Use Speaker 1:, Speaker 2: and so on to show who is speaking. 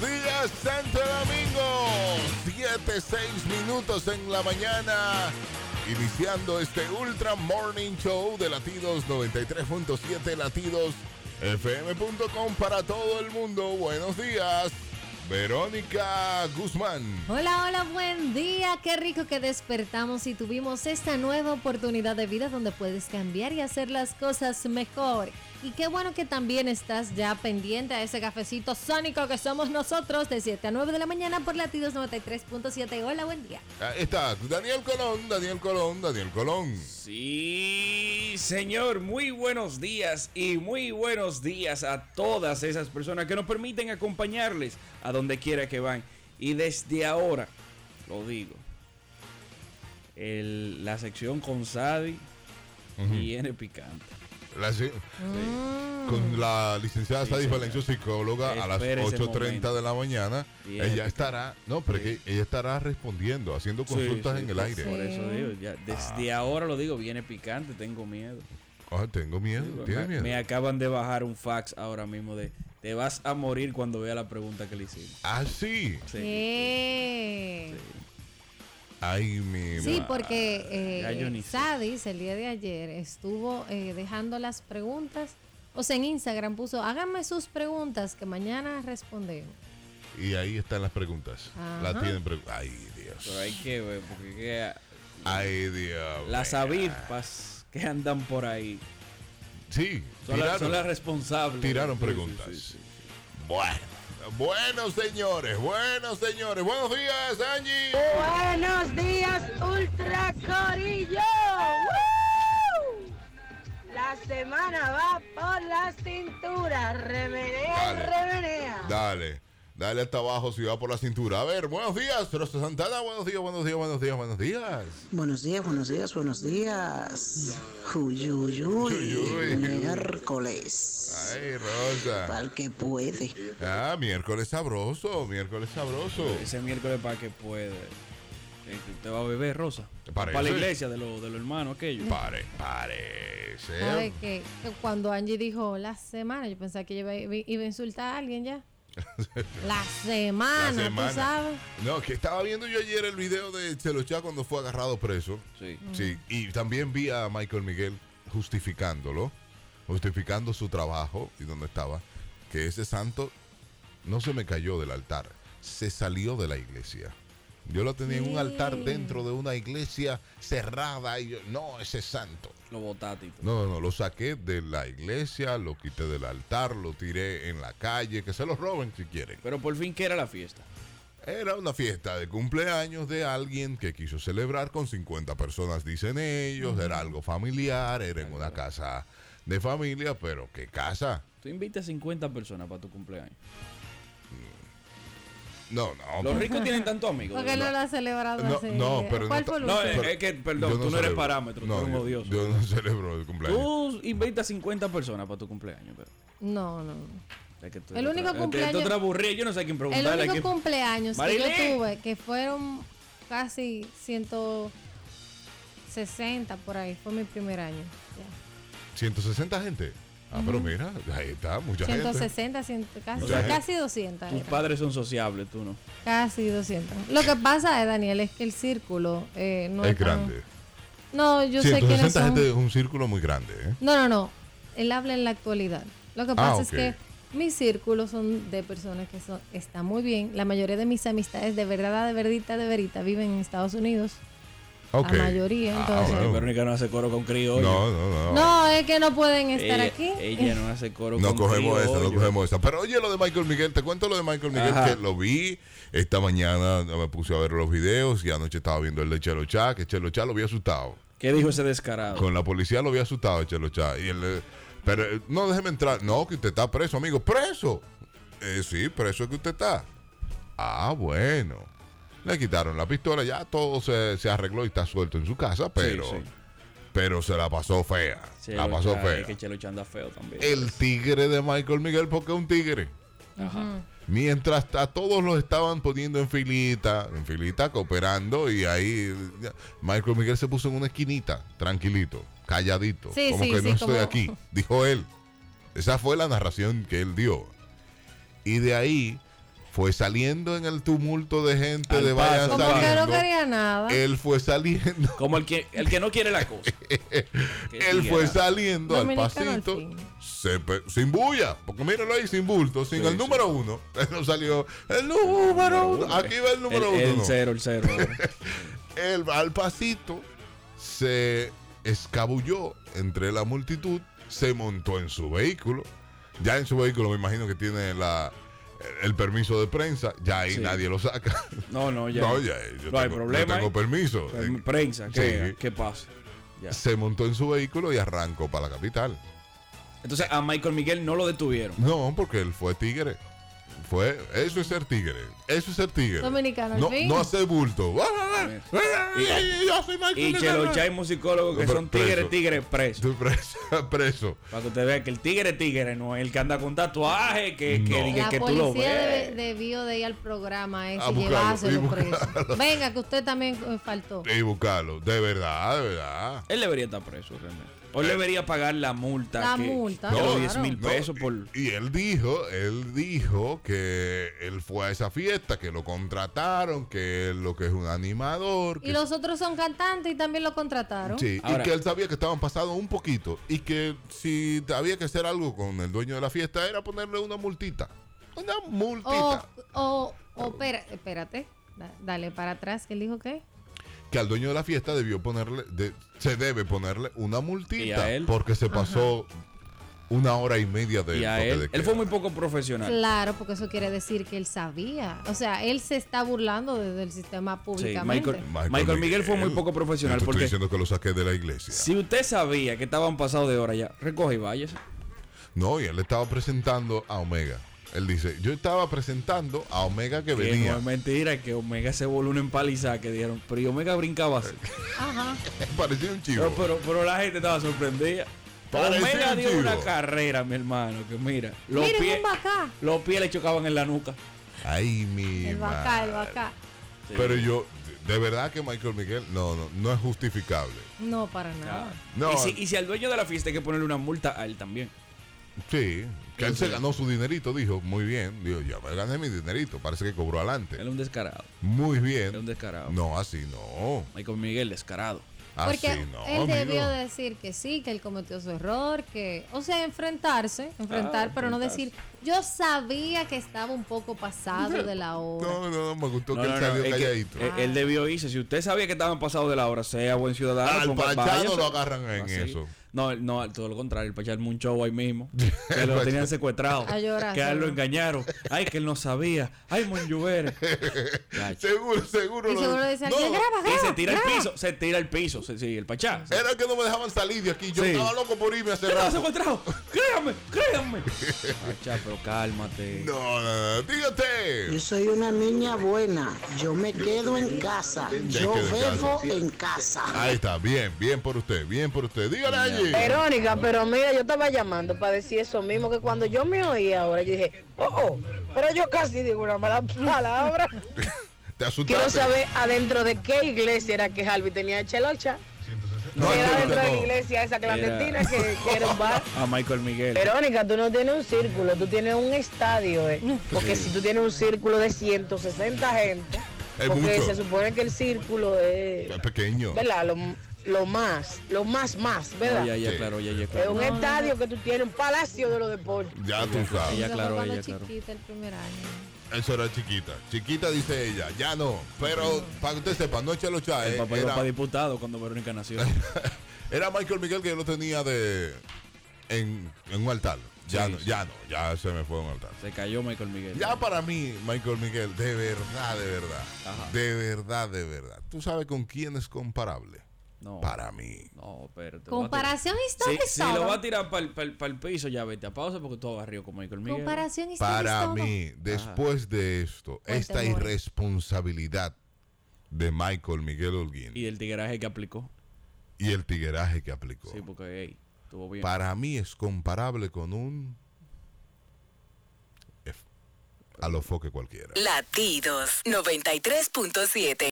Speaker 1: días, Santo Domingo. 7, 6 minutos en la mañana. Iniciando este Ultra Morning Show de Latidos 93.7 Latidos FM.com para todo el mundo. Buenos días. Verónica Guzmán.
Speaker 2: Hola, hola, buen día. Qué rico que despertamos y tuvimos esta nueva oportunidad de vida donde puedes cambiar y hacer las cosas mejor. Y qué bueno que también estás ya pendiente a ese cafecito sónico que somos nosotros de 7 a 9 de la mañana por latidos 93.7. Hola, buen día.
Speaker 1: Ahí Ah, está, Daniel Colón, Daniel Colón, Daniel Colón.
Speaker 3: Sí, señor, muy buenos días y muy buenos días a todas esas personas que nos permiten acompañarles a donde quiera que van. Y desde ahora, lo digo, el- la sección con Sadi viene picante.
Speaker 1: La se-
Speaker 2: Mm.
Speaker 1: Con la licenciada
Speaker 3: Mm. Sí,
Speaker 1: Sadis
Speaker 3: señora.
Speaker 1: Valencio, psicóloga, a las
Speaker 3: Espere ese
Speaker 1: 8.30 de la mañana.
Speaker 3: Bien.
Speaker 1: Ella estará, no, pero es que ella estará respondiendo, haciendo consultas
Speaker 3: Sí, sí,
Speaker 1: en el
Speaker 3: por-
Speaker 1: aire.
Speaker 3: Por eso digo, ya, desde ahora lo digo, viene picante, tengo miedo.
Speaker 1: Ah, tengo miedo, tiene
Speaker 3: Me,
Speaker 1: miedo.
Speaker 3: me acaban de bajar un fax ahora mismo de te vas a morir cuando vea la pregunta que le hicimos.
Speaker 1: Ah, sí.
Speaker 3: Sí.
Speaker 2: Eh.
Speaker 1: Ay, mi
Speaker 2: Sí,
Speaker 1: ma-
Speaker 2: porque eh,
Speaker 3: Ya yo ni sé.
Speaker 2: Sadis el día de ayer estuvo eh, dejando las preguntas. O sea, en Instagram puso, háganme sus preguntas que mañana respondemos.
Speaker 1: Y ahí están las preguntas.
Speaker 2: Ajá.
Speaker 1: La tienen pre- Ay, Dios.
Speaker 3: Pero hay que ver, porque que-
Speaker 1: Ay, Dios.
Speaker 3: las
Speaker 1: mío.
Speaker 3: avispas que andan por ahí
Speaker 1: Sí,
Speaker 3: son, las, son las
Speaker 1: tiraron,
Speaker 3: responsables.
Speaker 1: tiraron
Speaker 3: Sí, sí,
Speaker 1: preguntas.
Speaker 3: sí, sí.
Speaker 1: Bueno. Buenos señores, buenos señores. Buenos días, Angie.
Speaker 4: Buenos días, Ultra Corillo. ¡Woo! La semana va por la cintura. Remenea,
Speaker 1: Dale.
Speaker 4: remenea.
Speaker 1: Dale, dale hasta abajo si va por la cintura. A ver, buenos días, Rosa Santana, buenos días, buenos días, buenos días, buenos días.
Speaker 5: Buenos días, buenos días, buenos días. Uy, uy, uy.
Speaker 1: Uy, uy.
Speaker 5: Miércoles.
Speaker 1: Ay, Rosa.
Speaker 5: Para el que puede.
Speaker 1: Ah, miércoles sabroso, miércoles sabroso.
Speaker 3: Ese miércoles para que puede. Eh, Usted va a beber, Rosa.
Speaker 1: Parece.
Speaker 3: Para la iglesia de los de los hermanos aquellos.
Speaker 1: Pare, parece.
Speaker 2: ¿Sabe qué? Que Cuando Angie dijo la semana, yo pensaba que iba, iba- iba a insultar a alguien ya. la semana,
Speaker 1: La semana.
Speaker 2: ah, tú sabes.
Speaker 1: No, que estaba viendo yo ayer el video de Chelochá cuando fue agarrado preso.
Speaker 3: Sí.
Speaker 1: Sí, y también vi a Michael Miguel justificándolo, justificando su trabajo y donde estaba, que ese santo no se me cayó del altar, se salió de la iglesia. Yo lo tenía en un altar
Speaker 2: Sí.
Speaker 1: dentro de una iglesia cerrada y yo, no, ese santo.
Speaker 3: Lo botaste y todo.
Speaker 1: No, no, no, lo saqué de la iglesia, lo quité del altar, lo tiré en la calle, que se lo roben si quieren.
Speaker 3: Pero por fin que era la fiesta.
Speaker 1: Era una fiesta de cumpleaños de alguien que quiso celebrar con 50 personas, dicen ellos. Era algo familiar, era en una casa de familia, pero ¿qué casa?
Speaker 3: Tú invitas 50 personas para tu cumpleaños.
Speaker 1: No, no.
Speaker 3: Los ricos tienen tanto amigos.
Speaker 2: Porque no, lo
Speaker 3: ¿verdad?
Speaker 2: ha celebrado
Speaker 1: No,
Speaker 2: así.
Speaker 1: no, pero
Speaker 2: ¿Cuál
Speaker 1: no-
Speaker 2: fue el
Speaker 3: No,
Speaker 2: último?
Speaker 3: eh, es que, perdón,
Speaker 1: yo
Speaker 3: tú no eres
Speaker 1: celebro.
Speaker 3: parámetro,
Speaker 1: No,
Speaker 3: tú eres un
Speaker 1: yo-
Speaker 3: odioso. Uh.
Speaker 1: Yo no celebro el cumpleaños.
Speaker 3: Tú invitas 50 personas para tu cumpleaños, pero.
Speaker 2: no, no.
Speaker 3: es que tú-
Speaker 2: El único
Speaker 3: eh, te-
Speaker 2: cumpleaños-
Speaker 3: te otra aburrida, yo no sé a quién
Speaker 2: El
Speaker 3: preguntarle.
Speaker 2: único
Speaker 3: a quién-
Speaker 2: cumpleaños que
Speaker 3: Marilyn.
Speaker 2: yo tuve, que fueron casi 160 por ahí, fue mi primer año. ya.
Speaker 1: 160 gente. Ah, pero mira, ahí está, mucha gente.
Speaker 2: 160, ciento- casi,
Speaker 1: Mucha gente.
Speaker 2: casi 200.
Speaker 3: Tus
Speaker 2: era.
Speaker 3: padres son sociables, tú no.
Speaker 2: Casi 200. Lo que pasa, eh, Daniel, es que el círculo eh, no
Speaker 1: Es
Speaker 2: tan-
Speaker 1: grande.
Speaker 2: No, yo sé quiénes
Speaker 1: 160
Speaker 2: son.
Speaker 1: gente es un círculo muy grande, ¿eh?
Speaker 2: No, no, no. Él habla en la actualidad. Lo que
Speaker 1: Ah,
Speaker 2: pasa
Speaker 1: ok.
Speaker 2: es que mis círculos son de personas que son, están muy bien. La mayoría de mis amistades, de verdad, de verdita, de verita, viven en Estados Unidos.
Speaker 1: Ok.
Speaker 2: mayoría,
Speaker 1: Ah,
Speaker 2: entonces.
Speaker 1: bueno.
Speaker 3: Verónica no hace coro con criollo.
Speaker 1: No, no, no.
Speaker 2: No, es que no pueden
Speaker 3: ella,
Speaker 2: estar aquí.
Speaker 3: Ella no hace coro
Speaker 1: No
Speaker 3: con
Speaker 1: cogemos
Speaker 3: criollo.
Speaker 1: esa, no cogemos esa. Pero oye lo de Michael Miguel, te cuento lo de Michael Miguel
Speaker 3: Ajá.
Speaker 1: que lo vi esta mañana, me puse a ver los videos y anoche estaba viendo el de Chelo Chá, que Chelo Chá lo había asustado.
Speaker 3: ¿Qué dijo ese descarado?
Speaker 1: Con la policía lo había asustado Chelo Chá. Y él, eh, pero eh, no déjeme entrar. No, que usted está preso, amigo. ¿Preso? Eh, sí, preso es que usted está. Ah, bueno. Le quitaron la pistola, ya todo se, se arregló y está suelto en su casa, pero,
Speaker 3: sí.
Speaker 1: pero se la pasó fea.
Speaker 3: Chelo
Speaker 1: la pasó
Speaker 3: Chan-
Speaker 1: fea.
Speaker 3: Es que Chelo Chan anda feo también.
Speaker 1: El tigre de Michael Miguel, porque es un tigre.
Speaker 3: Ajá.
Speaker 1: Mientras a todos los estaban poniendo en filita, en filita, cooperando, y ahí ya, Michael Miguel se puso en una esquinita, tranquilito, calladito,
Speaker 2: Sí,
Speaker 1: como
Speaker 2: sí,
Speaker 1: que
Speaker 2: sí,
Speaker 1: no estoy
Speaker 2: como-
Speaker 1: aquí, dijo él. Esa fue la narración que él dio. Y de ahí fue saliendo en el tumulto de gente
Speaker 3: Al
Speaker 1: de vaya
Speaker 3: paso,
Speaker 2: Como que no
Speaker 1: saliendo.
Speaker 2: quería nada.
Speaker 1: Él fue saliendo,
Speaker 3: Como el que, el que no quiere la cosa.
Speaker 1: él fue saliendo al
Speaker 2: Dominicano al
Speaker 1: pasito,
Speaker 2: fin.
Speaker 1: se pe- sin bulla, porque míralo ahí, sin bulto, sin
Speaker 3: Sí,
Speaker 1: el
Speaker 3: sí.
Speaker 1: número uno. Él no salió, el número uno, aquí va el número
Speaker 3: El,
Speaker 1: uno. no.
Speaker 3: cero, el cero.
Speaker 1: Él al pasito se escabulló entre la multitud, se montó en su vehículo. Ya en su vehículo me imagino que tiene la, el permiso de prensa, ya ahí
Speaker 3: Sí.
Speaker 1: nadie lo saca.
Speaker 3: No, no, ya.
Speaker 1: no, ya, yo
Speaker 3: no hay
Speaker 1: tengo-
Speaker 3: problema.
Speaker 1: yo tengo
Speaker 3: ¿eh?
Speaker 1: permiso.
Speaker 3: Pre- Prensa, que,
Speaker 1: Sí.
Speaker 3: que pase. Ya.
Speaker 1: Se montó en su vehículo y arrancó para la capital.
Speaker 3: Entonces a Michael Miguel no lo detuvieron.
Speaker 1: No, porque él fue tigre. Fue, eso es ser tigre. Eso es ser tigre.
Speaker 2: Dominicano, al
Speaker 1: No,
Speaker 2: fin.
Speaker 1: no hacer bulto.
Speaker 3: Ah,
Speaker 1: Ah,
Speaker 3: eh, Y-
Speaker 1: Yo soy Michael
Speaker 3: Y
Speaker 1: Miguel.
Speaker 3: Chelo Chay, musicólogos que
Speaker 1: Pero
Speaker 3: son tigre,
Speaker 1: preso.
Speaker 3: tigre, preso.
Speaker 1: Estoy preso. preso.
Speaker 3: Para que usted vea que el tigre, tigre no es el que anda con tatuaje, que, que,
Speaker 1: No.
Speaker 3: que-
Speaker 2: La
Speaker 3: que tú
Speaker 2: policía
Speaker 3: lo ves.
Speaker 2: debe- debió de ir al programa ese
Speaker 1: A
Speaker 2: y
Speaker 1: buscarlo, y
Speaker 2: llevárselo
Speaker 1: buscarlo.
Speaker 2: preso. Venga, que usted también eh, faltó.
Speaker 1: Y buscarlo. De verdad, de verdad.
Speaker 3: Él debería estar preso realmente. O él debería pagar la multa.
Speaker 2: La
Speaker 3: que-
Speaker 2: multa,
Speaker 3: de
Speaker 1: No,
Speaker 3: los 10 mil
Speaker 1: no,
Speaker 3: pesos por.
Speaker 1: Y él dijo, él dijo que él fue a esa fiesta, que lo contrataron, que él lo que es un animador.
Speaker 2: Y
Speaker 1: Que
Speaker 2: los otros son cantantes y también lo contrataron.
Speaker 1: Sí, y
Speaker 3: Ahora-
Speaker 1: que él sabía que estaban pasados un poquito y que si había que hacer algo con el dueño de la fiesta era ponerle una multita. Una
Speaker 2: O,
Speaker 3: Oh.
Speaker 1: multita.
Speaker 2: o, o, pera- espérate. Da- Dale para atrás, que él dijo que.
Speaker 1: Que al dueño de la fiesta debió ponerle, de- se debe ponerle una
Speaker 3: ¿Y
Speaker 1: multita
Speaker 3: a él?
Speaker 1: porque se pasó una hora y media de
Speaker 3: Y a
Speaker 1: toque de
Speaker 3: él. Él
Speaker 1: queda.
Speaker 3: fue muy poco profesional.
Speaker 2: Claro, porque eso quiere decir que él sabía. O sea, él se está burlando de- del sistema
Speaker 3: Sí,
Speaker 2: públicamente.
Speaker 3: Michael, Michael Miguel fue muy poco
Speaker 1: Yo
Speaker 3: profesional
Speaker 1: te estoy
Speaker 3: porque
Speaker 1: diciendo que lo saqué de la iglesia.
Speaker 3: si usted sabía que estaban pasados de hora ya, recoge y váyase.
Speaker 1: No, y él estaba presentando a Omega. Él dice, yo estaba presentando a Omega que
Speaker 3: Que
Speaker 1: venía.
Speaker 3: no es mentira que Omega se voló una empalizada que dijeron, pero y Omega brincaba así.
Speaker 2: Ajá.
Speaker 1: Parecía un chivo.
Speaker 3: Pero, pero, pero la gente estaba sorprendida.
Speaker 1: Parecía
Speaker 3: Omega
Speaker 1: un
Speaker 3: dio
Speaker 1: chivo.
Speaker 3: una carrera, mi hermano, que mira, los
Speaker 2: Miren,
Speaker 3: pies,
Speaker 2: un bacá.
Speaker 3: los pies le chocaban en la nuca.
Speaker 1: Ay, mi
Speaker 2: El bacá, el
Speaker 1: madre.
Speaker 2: bacá.
Speaker 1: Pero yo, de verdad que Michael Miguel, no, no, no es justificable.
Speaker 2: No, para nada.
Speaker 1: No,
Speaker 3: Y, si, y si al dueño de la fiesta hay que ponerle una multa a él también.
Speaker 1: sí, que él
Speaker 3: Sí.
Speaker 1: se ganó su dinerito, dijo, muy bien. Dijo, ya me gané mi dinerito, parece que cobró
Speaker 3: Él
Speaker 1: adelante.
Speaker 3: es un descarado.
Speaker 1: Muy
Speaker 3: Él es un
Speaker 1: bien.
Speaker 3: descarado.
Speaker 1: No, así no.
Speaker 3: Michael Miguel, descarado.
Speaker 1: Así
Speaker 2: Porque
Speaker 1: no.
Speaker 2: él debió
Speaker 1: amigo.
Speaker 2: decir que sí, que él cometió su error, que, o sea, enfrentarse, enfrentar,
Speaker 3: Ah,
Speaker 2: pero no
Speaker 3: enfrentarse.
Speaker 2: decir, yo sabía que estaba un poco pasado de la hora.
Speaker 1: No, no, no, me gustó
Speaker 3: No,
Speaker 1: que
Speaker 3: no,
Speaker 1: él
Speaker 3: no,
Speaker 1: salió
Speaker 3: es que,
Speaker 1: calladito.
Speaker 3: eh, él debió irse. Si usted sabía que estaban pasados de la hora, sea buen ciudadano.
Speaker 1: Al
Speaker 3: ponga-
Speaker 1: Pachá
Speaker 3: váyase.
Speaker 1: no lo agarran en eso.
Speaker 3: Ah, No, él- no, todo lo contrario. El Pachá armó un show ahí mismo. Que
Speaker 1: El
Speaker 3: lo
Speaker 1: Pachá.
Speaker 3: tenían secuestrado.
Speaker 2: A llorar,
Speaker 3: que a él
Speaker 2: seguro.
Speaker 3: lo engañaron. Ay, que él no sabía. Ay, Monjuver.
Speaker 1: Seguro, seguro.
Speaker 2: Y
Speaker 1: lo-
Speaker 2: seguro decía, "Alguien graba,
Speaker 3: Y se
Speaker 2: graba,
Speaker 3: tira al
Speaker 2: graba".
Speaker 3: piso. Se tira al piso. se- Sí, el Pachá. Se-
Speaker 1: Era que no me dejaban salir de aquí. Yo
Speaker 3: Sí.
Speaker 1: estaba loco por irme a
Speaker 3: Yo estaba
Speaker 1: cerrar.
Speaker 3: secuestrado. Créame, créame. Pachá, pero cálmate.
Speaker 1: No, no, no, dígate.
Speaker 5: Yo soy una niña buena. Yo me quedo en casa. Yo
Speaker 1: quedo en
Speaker 5: bebo en casa.
Speaker 1: Ahí está, bien, bien por usted, bien por usted. Dígale allí.
Speaker 4: Verónica, pero mira, yo estaba llamando para decir eso mismo, que cuando yo me oí ahora, yo dije, oh, oh, pero yo casi digo una mala palabra.
Speaker 1: Te asustaste.
Speaker 4: Quiero saber adentro de qué iglesia era que Harvey tenía chelocha.
Speaker 1: No,
Speaker 4: era
Speaker 1: no,
Speaker 4: dentro de la
Speaker 1: no.
Speaker 4: iglesia esa clandestina
Speaker 3: Era-
Speaker 4: que, que era un bar.
Speaker 3: A Michael Miguel.
Speaker 4: Verónica, tú no tienes un círculo, tú tienes un estadio, ¿eh? Porque si tú tienes un círculo de 160 gente,
Speaker 1: Es
Speaker 4: porque
Speaker 1: mucho.
Speaker 4: se supone que el círculo es,
Speaker 1: Es pequeño.
Speaker 4: ¿verdad? Lo, lo más, lo más, más, ¿verdad?
Speaker 3: Ya, ya,
Speaker 1: Sí.
Speaker 3: claro, ya, ya,
Speaker 4: Es
Speaker 3: claro.
Speaker 4: un estadio que tú tienes, un palacio de los deportes.
Speaker 1: Ya tú sabes.
Speaker 3: Ella
Speaker 2: Eso fue
Speaker 3: aclaró,
Speaker 2: cuando
Speaker 3: ella aclaró.
Speaker 2: chiquita el primer año.
Speaker 1: Eso era chiquita. Chiquita dice ella. Ya no. Pero para que usted sepa, no échalo chá.
Speaker 3: El
Speaker 1: eh,
Speaker 3: papá iba para
Speaker 1: Era,
Speaker 3: diputado cuando Verónica nació.
Speaker 1: era Michael Miguel que yo lo tenía de en, en un altar. Ya
Speaker 3: Sí,
Speaker 1: no,
Speaker 3: sí.
Speaker 1: ya no. Ya se me fue a un altar.
Speaker 3: Se cayó Michael Miguel.
Speaker 1: Ya para mí, Michael Miguel, de verdad, de verdad.
Speaker 3: Ajá.
Speaker 1: De verdad, de verdad. ¿Tú sabes con quién es comparable?
Speaker 3: No.
Speaker 1: Para mí.
Speaker 3: No, espérate.
Speaker 2: Comparación
Speaker 3: Si,
Speaker 2: histórica.
Speaker 3: si lo va a tirar para el piso, ya vete a pausa porque tú agarrió con Michael Miguel.
Speaker 2: Comparación
Speaker 1: Para
Speaker 2: histórica.
Speaker 1: mí, después de esto,
Speaker 2: Cuéntame,
Speaker 1: esta
Speaker 2: amor.
Speaker 1: irresponsabilidad de Michael Miguel Holguín
Speaker 3: Y el tigueraje que aplicó.
Speaker 1: y el tigueraje que aplicó,
Speaker 3: Sí, porque hey, estuvo bien.
Speaker 1: para mí es comparable con un F- a lo foque cualquiera.
Speaker 6: Latidos 93.7.